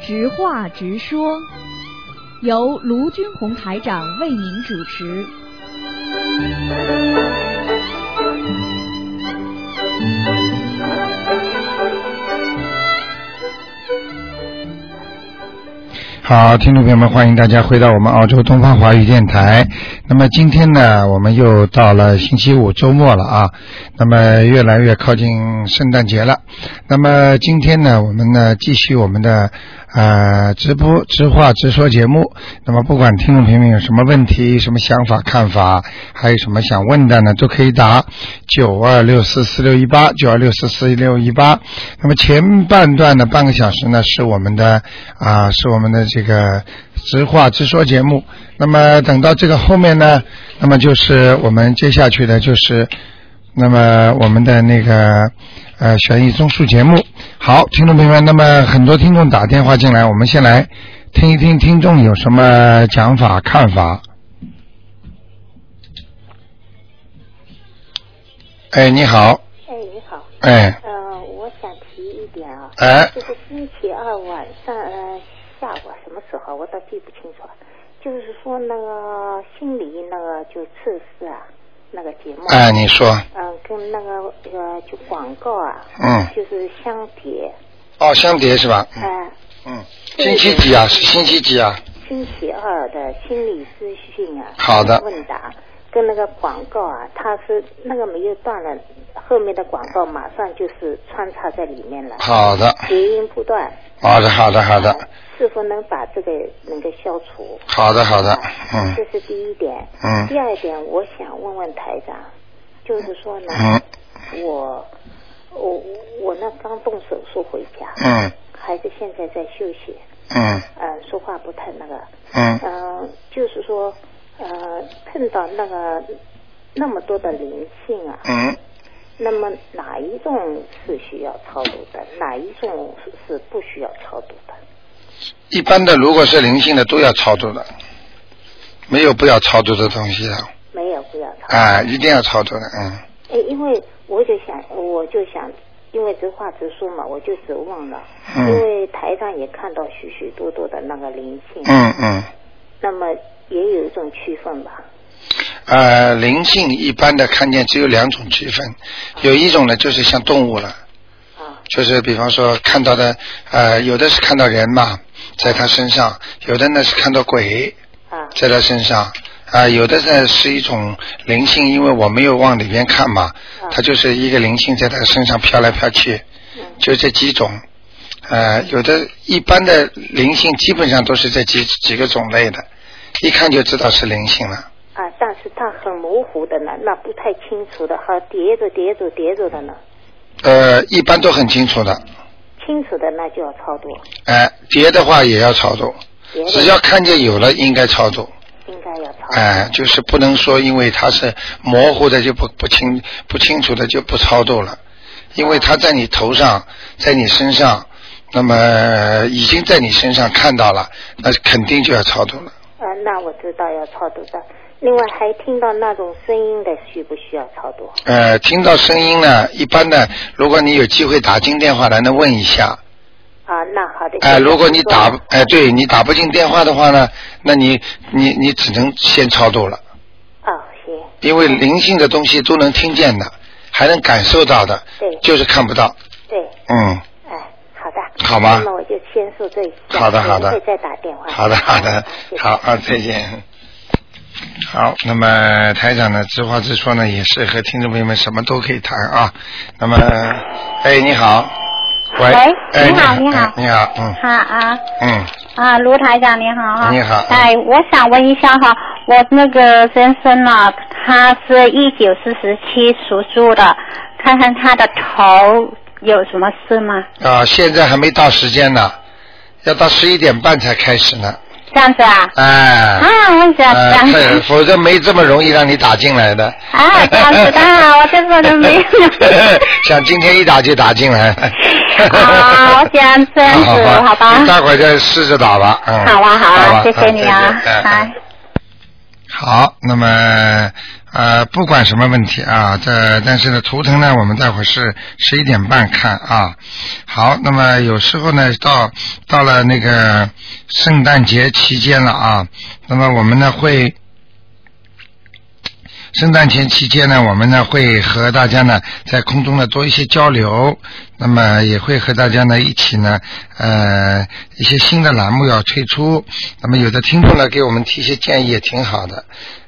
直话直说，由卢军红台长为您主持。好，听众朋友们，欢迎大家回到我们澳洲东方华语电台。那么今天呢，我们又到了星期五周末了啊，那么越来越靠近圣诞节了。那么今天呢，我们呢继续我们的呃直播直话直说节目。那么不管听众朋友们有什么问题、什么想法、看法，还有什么想问的呢，都可以打九二六四四六一八九二六四四六一八。那么前半段的半个小时呢，是我们的啊、是我们的这个直话直说节目。那么等到这个后面呢，那么就是我们接下去的就是。那么我们的那个呃悬疑综述节目，好，听众朋友们，那么很多听众打电话进来，我们先来听一听听众有什么讲法看法。哎，你好，哎，你好，哎呃，我想提一点啊，哎就是星期二晚上呃下午啊什么时候我倒记不清楚了，就是说那个心理那个就测试啊那个节目，哎，你说，嗯、跟那个呃就广告啊，嗯，就是相叠，哦，香蝶是吧？嗯呃，嗯，星期几啊？是星期几啊？星期二的心理咨询啊，好的问答跟那个广告啊，它是那个没有断了，后面的广告马上就是穿插在里面了，好的，谐音不断。好的，好的，好的，是否能把这个能够消除？好的，好的啊，嗯这是第一点。嗯第二点，我想问问台长，就是说呢，嗯我我我那刚动手术回家，嗯孩子现在在休息，嗯呃，说话不太那个，嗯嗯、就是说，呃，碰到那个那么多的灵性啊，嗯，那么哪一种是需要超度的，哪一种是是不需要超度的？一般的如果是灵性的都要超度的，没有不要超度的东西的，没有不要超度。啊，一定要超度的，嗯哎，因为我就想，我就想，因为直话直说嘛，我就指望了。嗯因为台上也看到许许多多的那个灵性，嗯嗯，那么也有一种区分吧。呃，灵性一般的看见只有两种区分，有一种呢就是像动物了。啊，就是比方说看到的，呃，有的是看到人嘛，在他身上；有的呢是看到鬼啊，在他身上，啊、有的呢是一种灵性，因为我没有往里边看嘛，它就是一个灵性在他身上飘来飘去，嗯，就这几种。呃，有的一般的灵性基本上都是这几几个种类的，一看就知道是灵性了。啊，但是它很模糊的呢，那不太清楚的，还叠着叠着叠着的呢，呃，一般都很清楚的，清楚的那就要超度，哎、别的话也要超度，叠只着要看见有了应该超度。应该要超度。哎，就是不能说因为它是模糊的就不不清不清楚的就不超度了，因为它在你头上，在你身上，那么呃已经在你身上看到了，那肯定就要超度了。啊，那我知道要超度的。另外还听到那种声音的，需不需要超度？呃，听到声音呢，一般呢，如果你有机会打进电话来，那问一下。啊，那好的。哎、谢谢如果你说打了哎、对你打不进电话的话呢，那你你你只能先超度了。啊，行，因为灵性的东西都能听见的，还能感受到的，对就是看不到。对，嗯，哎，好的，好吗那么我就先说这一下，好的好的我会再打电话。好的，好的，嗯谢谢好啊，再见。好，那么台长呢，直话直说呢，也是和听众朋友们什么都可以谈啊。那么，哎，你好，喂，哎，喂你好你你好哎你好，嗯好啊嗯，啊，卢台长你好哈、你好哎，我想问一下哈，我那个先生呢、他是一九四十七属猪的，看看他的头有什么事吗？啊，现在还没到时间呢，要到十一点半才开始呢，这样子啊？哎。啊，我想呃想。否否则没这么容易让你打进来的。哎啊这样子的啊我就说的 没 有像今天一打就打进来了。啊我想这样 子好好吧你待会儿再试着打吧。嗯。好啊好啊好吧哎谢谢你啊嗯再见嗯哎好，那么呃，不管什么问题啊，这但是呢，图腾呢，我们待会儿是十一点半看啊。好，那么有时候呢，到到了那个圣诞节期间了啊，那么我们呢会。圣诞节期间呢，我们呢会和大家呢在空中呢多一些交流，那么也会和大家呢一起呢，呃，一些新的栏目要推出，那么有的听众呢给我们提一些建议也挺好的，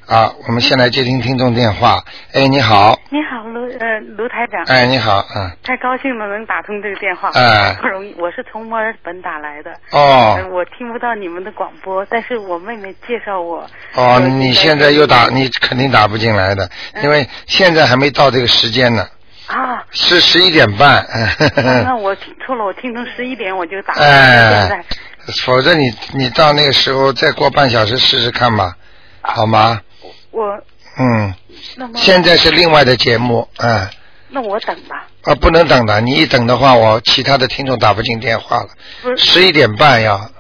啊，我们先来接听听众电话。哎，你好，你好，卢呃卢台长，哎，你好，嗯，太高兴了能打通这个电话，哎不容易。我是从墨尔本打来的，呃哦，我听不到你们的广播，但是我妹妹介绍我。哦，我你现在又打，你肯定打不进来的，因为现在还没到这个时间呢，啊？是十一点半。呵呵呵那我听错了，我听成十一点我就打了。现嗯哎在， 否则你你到那个时候再过半小时试试看吧，好吗？我嗯，那么现在是另外的节目，嗯，那我等吧，啊，不能等的，你一等的话，我其他的听众打不进电话了，不是十一点半要，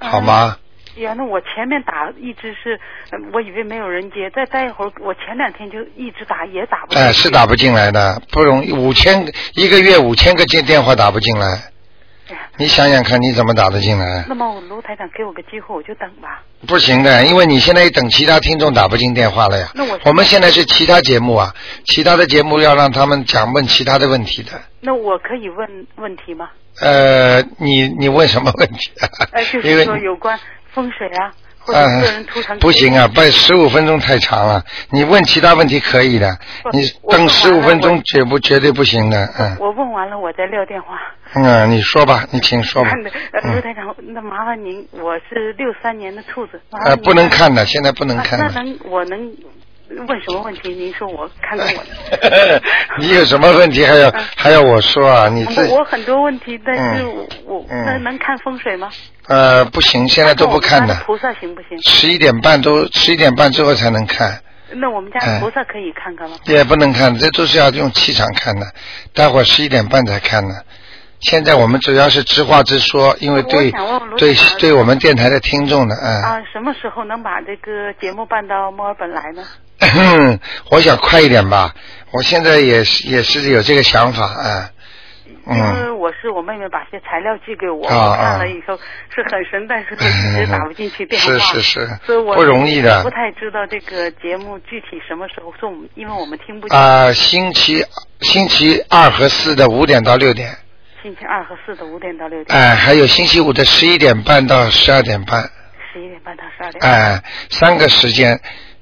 嗯好吗？原来我前面打一直是，呃我以为没有人接，再待一会儿，我前两天就一直打也打不进哎，是打不进来的，不容易，五千一个月五千个接电话打不进来，嗯你想想看你怎么打得进来？那么卢台长给我个机会，我就等吧。不行的，因为你现在等其他听众打不进电话了呀。那我我们现在是其他节目啊，其他的节目要让他们讲问其他的问题的。那我可以问问题吗？呃，你你问什么问题、啊？哎，就因是为说有关风水啊，或者个呃人图腾、不行啊，不十五分钟太长了。你问其他问题可以的，不你我等问十五完了分我钟绝不绝对不行的。嗯我问完了，我再撂电话。嗯，你说吧，你请说吧。 呃，卢嗯台长，那麻烦您，我是六三年的兔子。麻烦呃，您不能看的，现在不能啊看那的。。能，我能问什么问题？您说我看看我 你有什么问题还要嗯还要我说啊？你自己 我我很多问题，但是嗯我我嗯那能看风水吗？呃不行，现在都不看的那。我们家菩萨行不行？十一点半都十一点半之后才能看，那我们家哎菩萨可以看看吗？也不能看，这都是要用气场看的。待会儿十一点半才看呢。现在我们主要是直话直说，因为我对想问卢对台长对我们电台的听众的，嗯，啊，什么时候能把这个节目办到墨尔本来呢？ 我想快一点吧。我现在也是也是有这个想法，嗯因为嗯，我是我妹妹把些材料寄给我，啊我看啊了以后是很神，但是她一直打不进 去电话，是是是所以，我不容易的不太知道这个节目具体什么时候送，因为我们听不见。啊、星期星期二和四的五点到六点，星期二和四的五点到六点，哎、还有星期五的十一点半到十二点半。十一点半到十二点。哎、三个时间，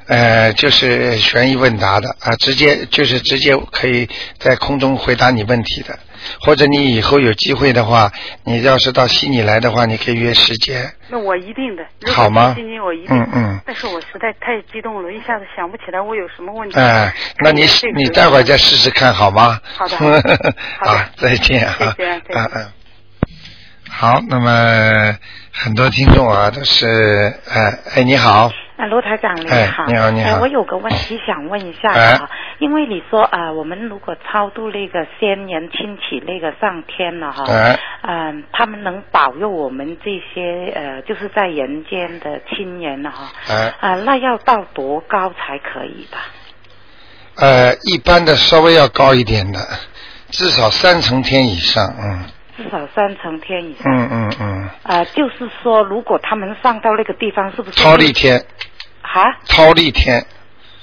呃，就是悬疑问答的啊、直接就是直接可以在空中回答你问题的，或者你以后有机会的话，你要是到悉尼来的话，你可以约时间。那我一定的，如果好吗是今年我一定。嗯嗯，但是我实在太激动了，一下子想不起来我有什么问题。哎、那你嗯这个你待会儿再试试看好吗？好的好的好的啊，再见啊，谢谢再见嗯嗯。好，那么很多听众啊都是，哎哎，你好，啊，罗台长您哎好，你好你好哎，我有个问题想问一下哎啊，因为你说啊、我们如果超度那个先人亲戚那个上天了哈，哎嗯、他们能保佑我们这些呃，就是在人间的亲人了哈，哎。啊、那要到多高才可以吧？呃，一般的稍微要高一点的，至少三层天以上。嗯至少三层天以上。嗯嗯嗯，啊，就是说，如果他们上到那个地方，是不是超力天，啊？超力天，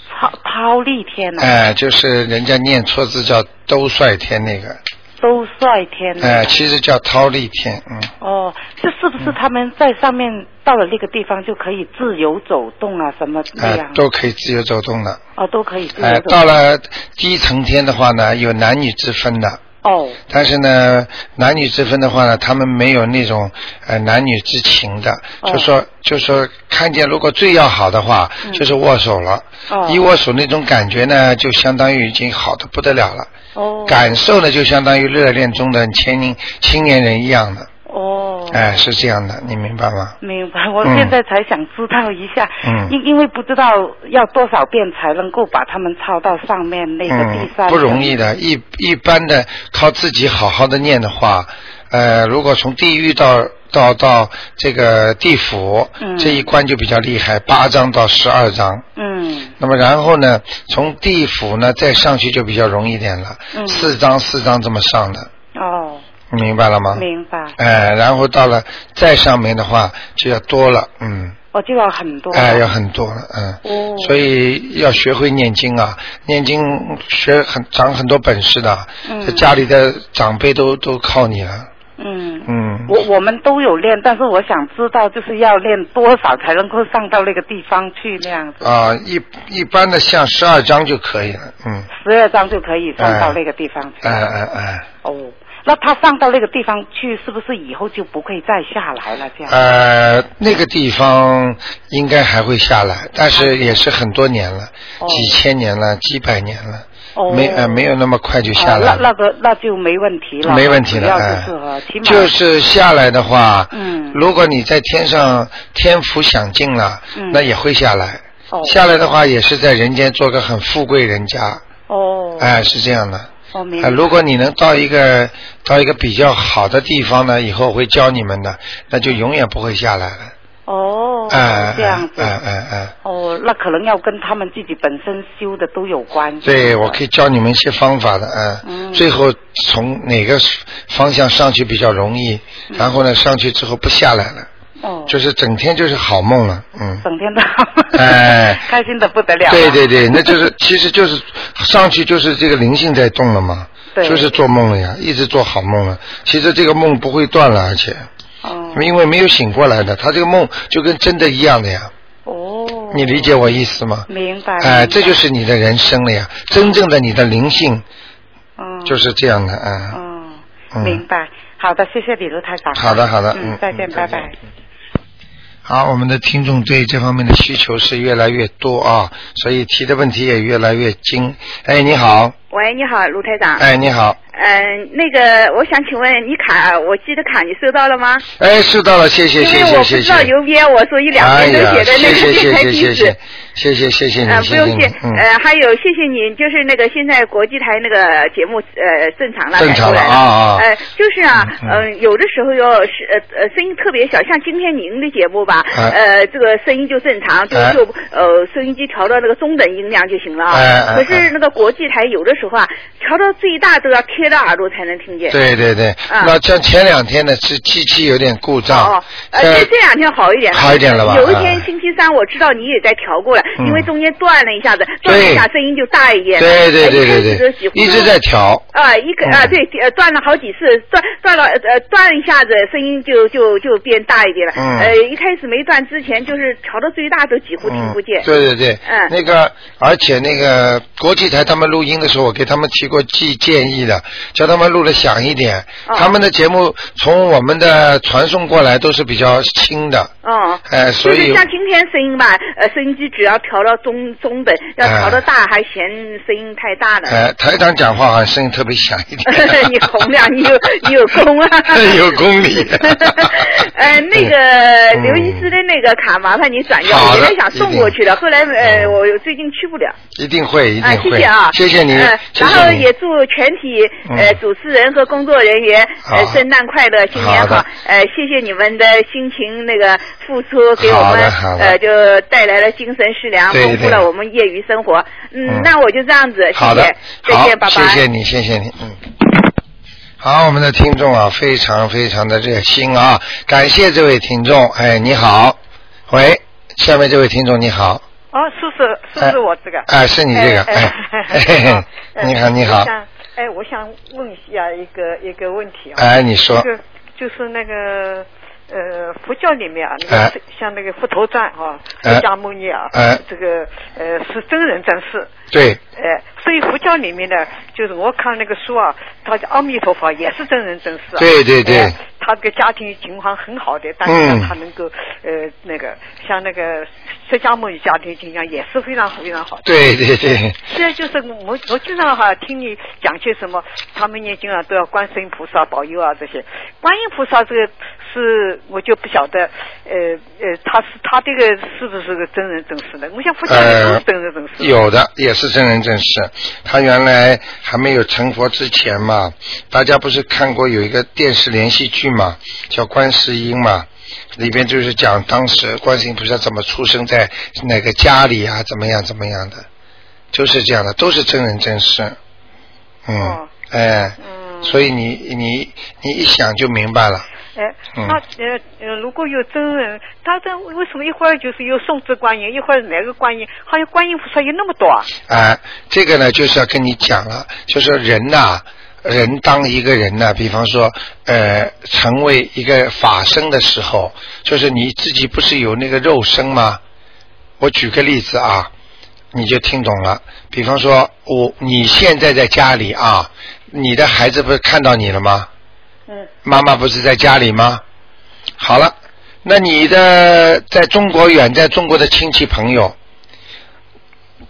超超力天呢、哎、就是人家念错字叫兜率天那个，都率天呢、哎、其实叫超力天。嗯，哦，这是不是他们在上面到了那个地方就可以自由走动啊，什么那哎、样？都可以自由走动的。哦，都可以自哎、由走动。到了低层天的话呢，有男女之分的。哦但是呢，男女之分的话呢，他们没有那种呃男女之情的，哦就说就说看见如果最要好的话，嗯就是握手了，哦一握手那种感觉呢，就相当于已经好的不得了了，哦感受呢就相当于热恋中的青年青年人一样的，哦，哎、是这样的，你明白吗？明白。我嗯现在才想知道一下，嗯因因为不知道要多少遍才能够把他们抄到上面那个嗯第三、，不容易。的，一一般的靠自己好好的念的话，呃，如果从地狱到到到这个地府、嗯这一关就比较厉害，八章到十二章，嗯，嗯那么然后呢，从地府呢再上去就比较容易点了，嗯四张四张这么上的，哦，你明白了吗？明白。哎，然后到了再上面的话就要多了，嗯，我就要很多。哎，要很多了，嗯。哦，所以要学会念经啊，念经学很长很多本事的，嗯这家里的长辈都都靠你了，嗯。嗯，我我们都有练，但是我想知道，就是要练多少才能够上到那个地方去那样子，啊，一一般的像十二章就可以了，嗯，十二章就可以上到那个地方去。哎哎哎。哦，那他上到那个地方去，是不是以后就不会再下来了？这样？呃，那个地方应该还会下来，但是也是很多年了，哦几千年了，几百年了，哦，没呃没有那么快就下来哦那那了，个那就没问题了，没问题主了，要哎就是呃起码就是下来的话，嗯如果你在天上天福享尽了，嗯那也会下来，哦下来的话也是在人间做个很富贵人家，哦哎，是这样的。哦明白啊，如果你能到一个到一个比较好的地方呢，以后我会教你们的，那就永远不会下来了。哦哎，这样子哎哎哎，哦，那可能要跟他们自己本身修的都有关系。对，我可以教你们一些方法的，嗯，嗯最后从哪个方向上去比较容易，嗯然后呢，上去之后不下来了，哦，就是整天就是好梦了，嗯，整天都哎 开心的不得了啊。对对对，那就是 其实就是上去就是这个灵性在动了嘛，对就是做梦了呀，一直做好梦了，其实这个梦不会断了，而且哦因为没有醒过来的，他这个梦就跟真的一样的呀，哦，你理解我意思吗？明白？哎，明白这就是你的人生了呀，真正的你的灵性嗯就是这样的啊。嗯嗯嗯明白。好的，谢谢李卢台长。好的，好的，嗯嗯，，再见，拜拜。。好，我们的听众对这方面的需求是越来越多啊，所以提的问题也越来越精。哎，你好，喂，你好，卢台长。嗯、嗯哎，你好，那个，我想请问你卡，我寄的卡你收到了吗？哎，收到了，谢谢，因为谢我谢，不谢知谢。道邮编，我所以两哎边都写呀，的那谢个谢，电台谢地谢，谢址谢。，谢谢，谢谢呃你，，不谢谢用你谢，，嗯，呃，还有谢谢你，就是那个现在国际台那个节目呃正常了，正改常过了来了啊啊呃，就是啊，嗯嗯呃，有的时候哟是呃呃声音特别小，像今天您的节目吧，哎呃，这个声音就正常，就哎就呃收音机调到那个中等音量就行了啊。哎哎可哎是那个国际台有的时候啊，调到最大都要贴着耳朵才能听见。对对对。嗯那像前两天呢，是机器有点故障哦，，呃，这这两天好一点了，啊好一点了吧有一啊天星期三，我知道你也在调过了，嗯因为中间断了一下子，对断了一下声音就大一点了。对呃对对对一开始对都喜，欢一直在调，啊，一个啊，嗯对，呃，断了好几次，断断了，呃，断一下子，声音就就就变大一点了。嗯呃，一开始没断之前，就是调到最大都几乎听不见嗯。。对对对，嗯那个而且那个国际台他们录音的时候，我给他们提过建建议的，叫他们录的响一点。哦他们的节目从我们的传送过来都是比较轻的，哦。哎、就所是以像今天声音吧，呃，收音机只要调到中中等，要调到大还嫌声音太大了。哎、台长讲话好像声音特别响一点。！你洪亮，你 有你有功啊 有功力 呃，那嗯个刘医师的那个卡，麻烦你转交，好我的原来想送过去的，后来嗯呃，我最近去不了。一定会，一啊，定谢会。谢啊，谢谢你，嗯谢然后谢你也祝全体呃嗯主持人和工作人员呃好圣诞快乐，新年好的好。呃，谢谢你们的辛勤那个付出，给我好的们好的呃就带来了精神食粮，对丰富对了我们业余生活。嗯嗯，那我就这样子，谢好的谢，，再好，见，拜拜。谢谢你，谢谢你，嗯。好，我们的听众啊，非常非常的热心啊，感谢这位听众。哎，你好，喂，下面这位听众你好，哦，叔叔，叔哎叔，我这个。哎，是你这个，哎哎，哎嘿嘿 哎你好，你我好，想哎，我想问一下一个一个问题啊，哎，你说就，是就是那个呃佛教里面啊，那哎个像那个《佛陀传》啊，哎释迦牟尼啊哎，这个呃是真人真事。对，哎，所以佛教里面呢，就是我看那个书啊，他叫阿弥陀佛也是真人真事啊。对对对哎他这个家庭情况很好的，但是嗯呢，他能够呃那个像那个释迦牟尼家庭情况也是非常非常好的。对对对，现在就是我我经常哈听你讲些什么，他们念经啊都要观世音菩萨保佑啊这些，观音菩萨这个是我就不晓得，呃呃，他是他这个是不是个真人真事的？我想佛教里都呃是真人真事，。有的也是真人真事。他原来还没有成佛之前嘛，大家不是看过有一个电视连续剧嘛，叫《观世音》嘛。里边就是讲当时观世音菩萨怎么出生在哪个家里啊，怎么样怎么样的，就是这样的，都是真人真事。嗯，哦哎，嗯所以你你你一想就明白了。哎，嗯他呃呃，如果有真人，他这呃为什么一会儿就是有送子观音，一会儿哪个观音，好像观音菩萨有那么多啊？啊，这个呢，就是要跟你讲了，就说人呐、人当一个人呢、比方说，呃，成为一个法身的时候，就是你自己不是有那个肉身吗？我举个例子啊，你就听懂了。比方说，我你现在在家里啊，你的孩子不是看到你了吗？嗯。妈妈不是在家里吗？好了，那你的在中国远在中国的亲戚朋友，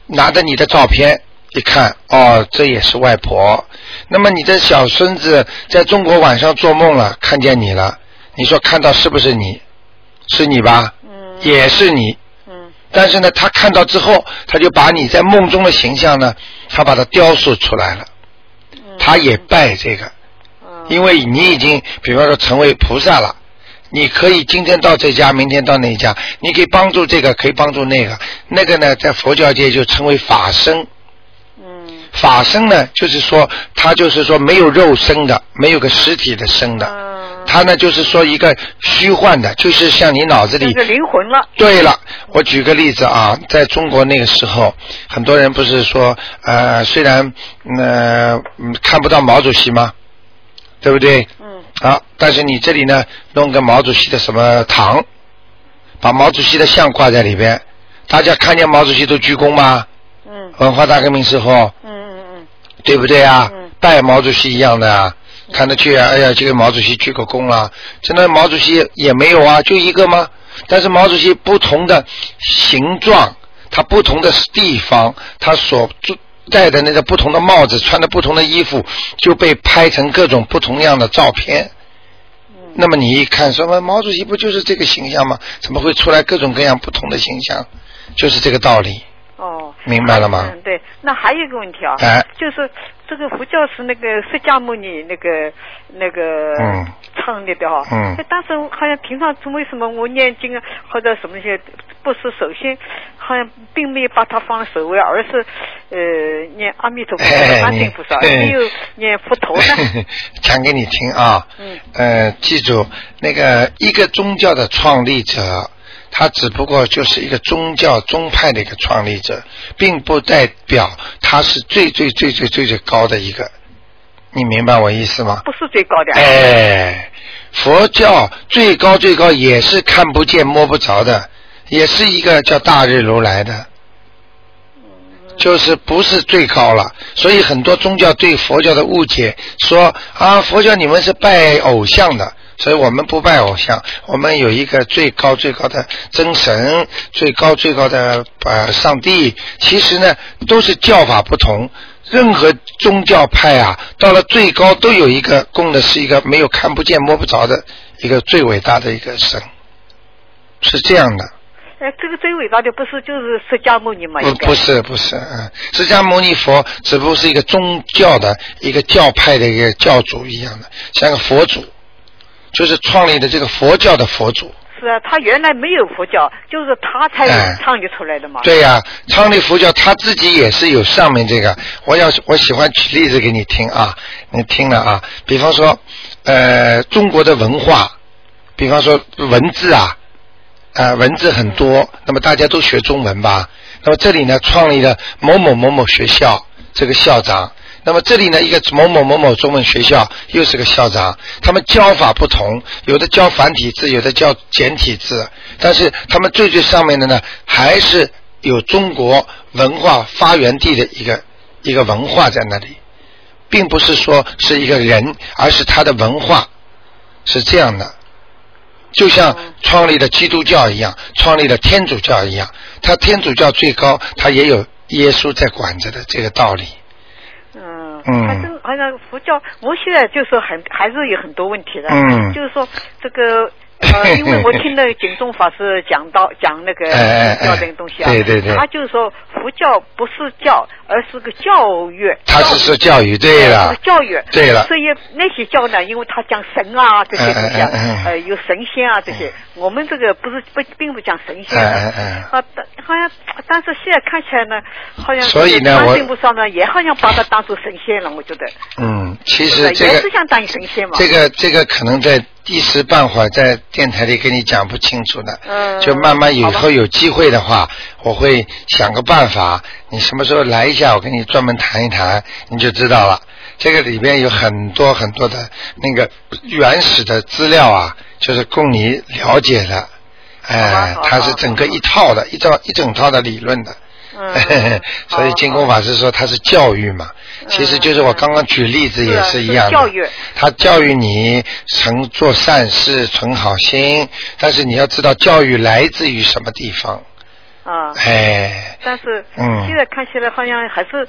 拿着你的照片一看，哦，这也是外婆。那么你的小孙子在中国晚上做梦了，看见你了，你说看到是不是你？是你吧？嗯。也是你。嗯。但是呢，他看到之后，他就把你在梦中的形象呢，他把它雕塑出来了。嗯他也拜这个，因为你已经，比方说成为菩萨了。你可以今天到这家，明天到那一家，你可以帮助这个，可以帮助那个，那个呢，在佛教界就称为法身。嗯。法身呢，就是说他就是说没有肉身的，没有个实体的身的。嗯。他呢，就是说一个虚幻的，就是像你脑子里。这个灵魂了。对了，我举个例子啊，在中国那个时候，很多人不是说呃，虽然呃嗯看不到毛主席吗？对不对？嗯。啊，但是你这里呢，弄个毛主席的什么堂，把毛主席的像挂在里边，大家看见毛主席都鞠躬吗？嗯。文化大革命时候。嗯嗯嗯。对不对啊？嗯。拜毛主席一样的啊，看得去啊，哎呀，这个毛主席鞠个躬啦、真的毛主席也没有啊，就一个吗？但是毛主席不同的形状，他不同的地方，他所住戴的那个不同的帽子，穿的不同的衣服，就被拍成各种不同样的照片。那么你一看，说嘛毛主席不就是这个形象吗？怎么会出来各种各样不同的形象？就是这个道理，哦，明白了吗？嗯，对。那还有一个问题啊，哎就是这个佛教是那个释迦牟尼那个那个嗯创立的哈、嗯那哎当时我好像平常为什么我念经啊或者什么一些不是首先好像并没有把它放在首位，而是呃念阿弥陀佛、哎观世音菩萨，你没有念佛陀呢。 讲给你听啊。嗯。呃，记住，那个一个宗教的创立者，他只不过就是一个宗教宗派的一个创立者，并不代表他是最最最最最最高的一个。你明白我意思吗？不是最高的，哎，佛教最高最高也是看不见摸不着的，也是一个叫大日如来的，就是不是最高了。所以很多宗教对佛教的误解，说啊，佛教你们是拜偶像的。所以我们不拜偶像，我们有一个最高最高的真神，最高最高的呃上帝。其实呢，都是教法不同，任何宗教派啊，到了最高都有一个供的是一个没有看不见摸不着的一个最伟大的一个神，是这样的。哎，这个最伟大的不是就是释迦牟尼嘛？不应该不是不是，嗯，释迦牟尼佛只不过是一个宗教的一个教派的一个教主一样的，像个佛祖，就是创立的这个佛教的佛祖。是啊，他原来没有佛教，就是他才哎创立出来的嘛。对呀、昌立佛教他自己也是有上面这个。我要我喜欢举例子给你听啊，你听了啊。比方说，呃，中国的文化，比方说文字啊，呃，文字很多，那么大家都学中文吧。那么这里呢，创立了某某某某学校这个校长。那么这里呢，一个某某某某中文学校又是个校长，他们教法不同，有的教繁体字，有的教简体字，但是他们最最上面的呢，还是有中国文化发源地的一个一个文化在那里，并不是说是一个人，而是他的文化是这样的。就像创立了基督教一样，创立了天主教一样，他天主教最高，他也有耶稣在管着的这个道理。嗯，嗯反正好像佛教，我现在就是很还是有很多问题的。嗯 就是说这个呃，因为我听了警钟法师讲到讲那个哎哎哎教这个东西啊，对对对他就说佛教不是教，而是个教育，他是说教育对是了个，教育，对了所以那些教呢，因为他讲神啊这些东西啊哎哎哎哎，呃，有神仙啊这些，我们这个不是不并不讲神仙哎啊哎，哎，啊，但好像但是现在看起来呢，好像所以呢我观世音菩萨呢也好像把他当做神仙了，我觉得，嗯，其对实吧这也个是想当神仙嘛，这个这个可能在一时半会儿在电台里跟你讲不清楚的，嗯就慢慢以好吧后有机会的话，我会想个办法。你什么时候来一下，我跟你专门谈一谈，你就知道了。这个里边有很多很多的那个原始的资料啊，就是供你了解的。哎好吧好，吧它是整个一套的，一套一整套的理论的。嗯 所以好金工法师说它是教育嘛，其实就是我刚刚举例子也是一样的。嗯是啊是教育他教育你成做善事、存好心，但是你要知道教育来自于什么地方。 啊。哎，但是嗯现在看起来好像还是，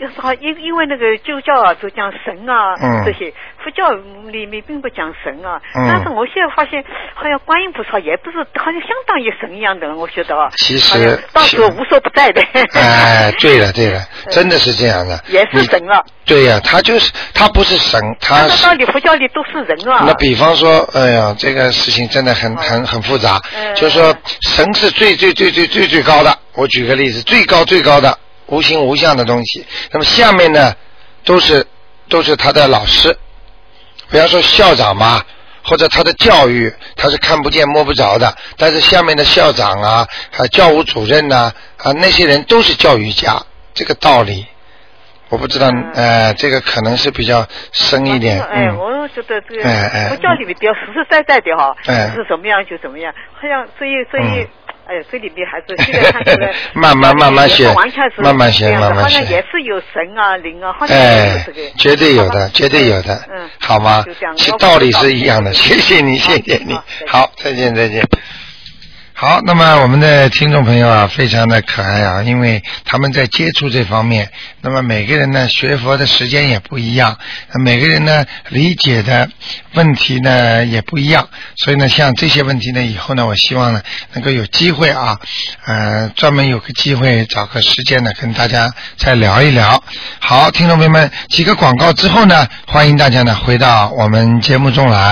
就是好因因为那个旧教啊，就讲神啊、嗯这些，佛教里面并不讲神啊。嗯但是我现在发现，好像观音菩萨也不是，好像相当于神一样的，我觉得啊。其实好像到时候无所不在的。哎，对了对了，真的是这样的。 也是你神啊，对呀、他就是他不是神，他按照啊是道理佛教里都是人啊。那比方说，哎呀，这个事情真的很很很复杂。嗯就是说，神是最最最最最最高的。我举个例子，最高最高的无形无相的东西。那么下面呢，都是都是他的老师，比方说校长嘛，或者他的教育，他是看不见摸不着的。但是下面的校长啊，啊教务主任呐、啊，那些人都是教育家，这个道理。我不知道，嗯呃，这个可能是比较深一点。哎，嗯我觉得这个哎哎佛教里面比较实实在在的哈，哎是怎么样就怎么样，好像所以所以嗯。哎呀，这里面还是现在看起来 慢慢慢慢学好像也不完全是慢慢学这样的慢慢好像学也是有神啊灵啊，好像也有哎这个，，绝对有好的吧，绝对有的，嗯，好吗就这样？其我不道理知道嗯是一样的。谢谢你，谢谢你好好，再再，见见，再见。好，那么我们的听众朋友啊，非常的可爱啊，因为他们在接触这方面，那么每个人呢学佛的时间也不一样，每个人呢理解的问题呢也不一样，所以呢，像这些问题呢，以后呢，我希望呢能够有机会啊，呃，专门有个机会找个时间呢跟大家再聊一聊。好，听众朋友们，几个广告之后呢，欢迎大家呢回到我们节目中来。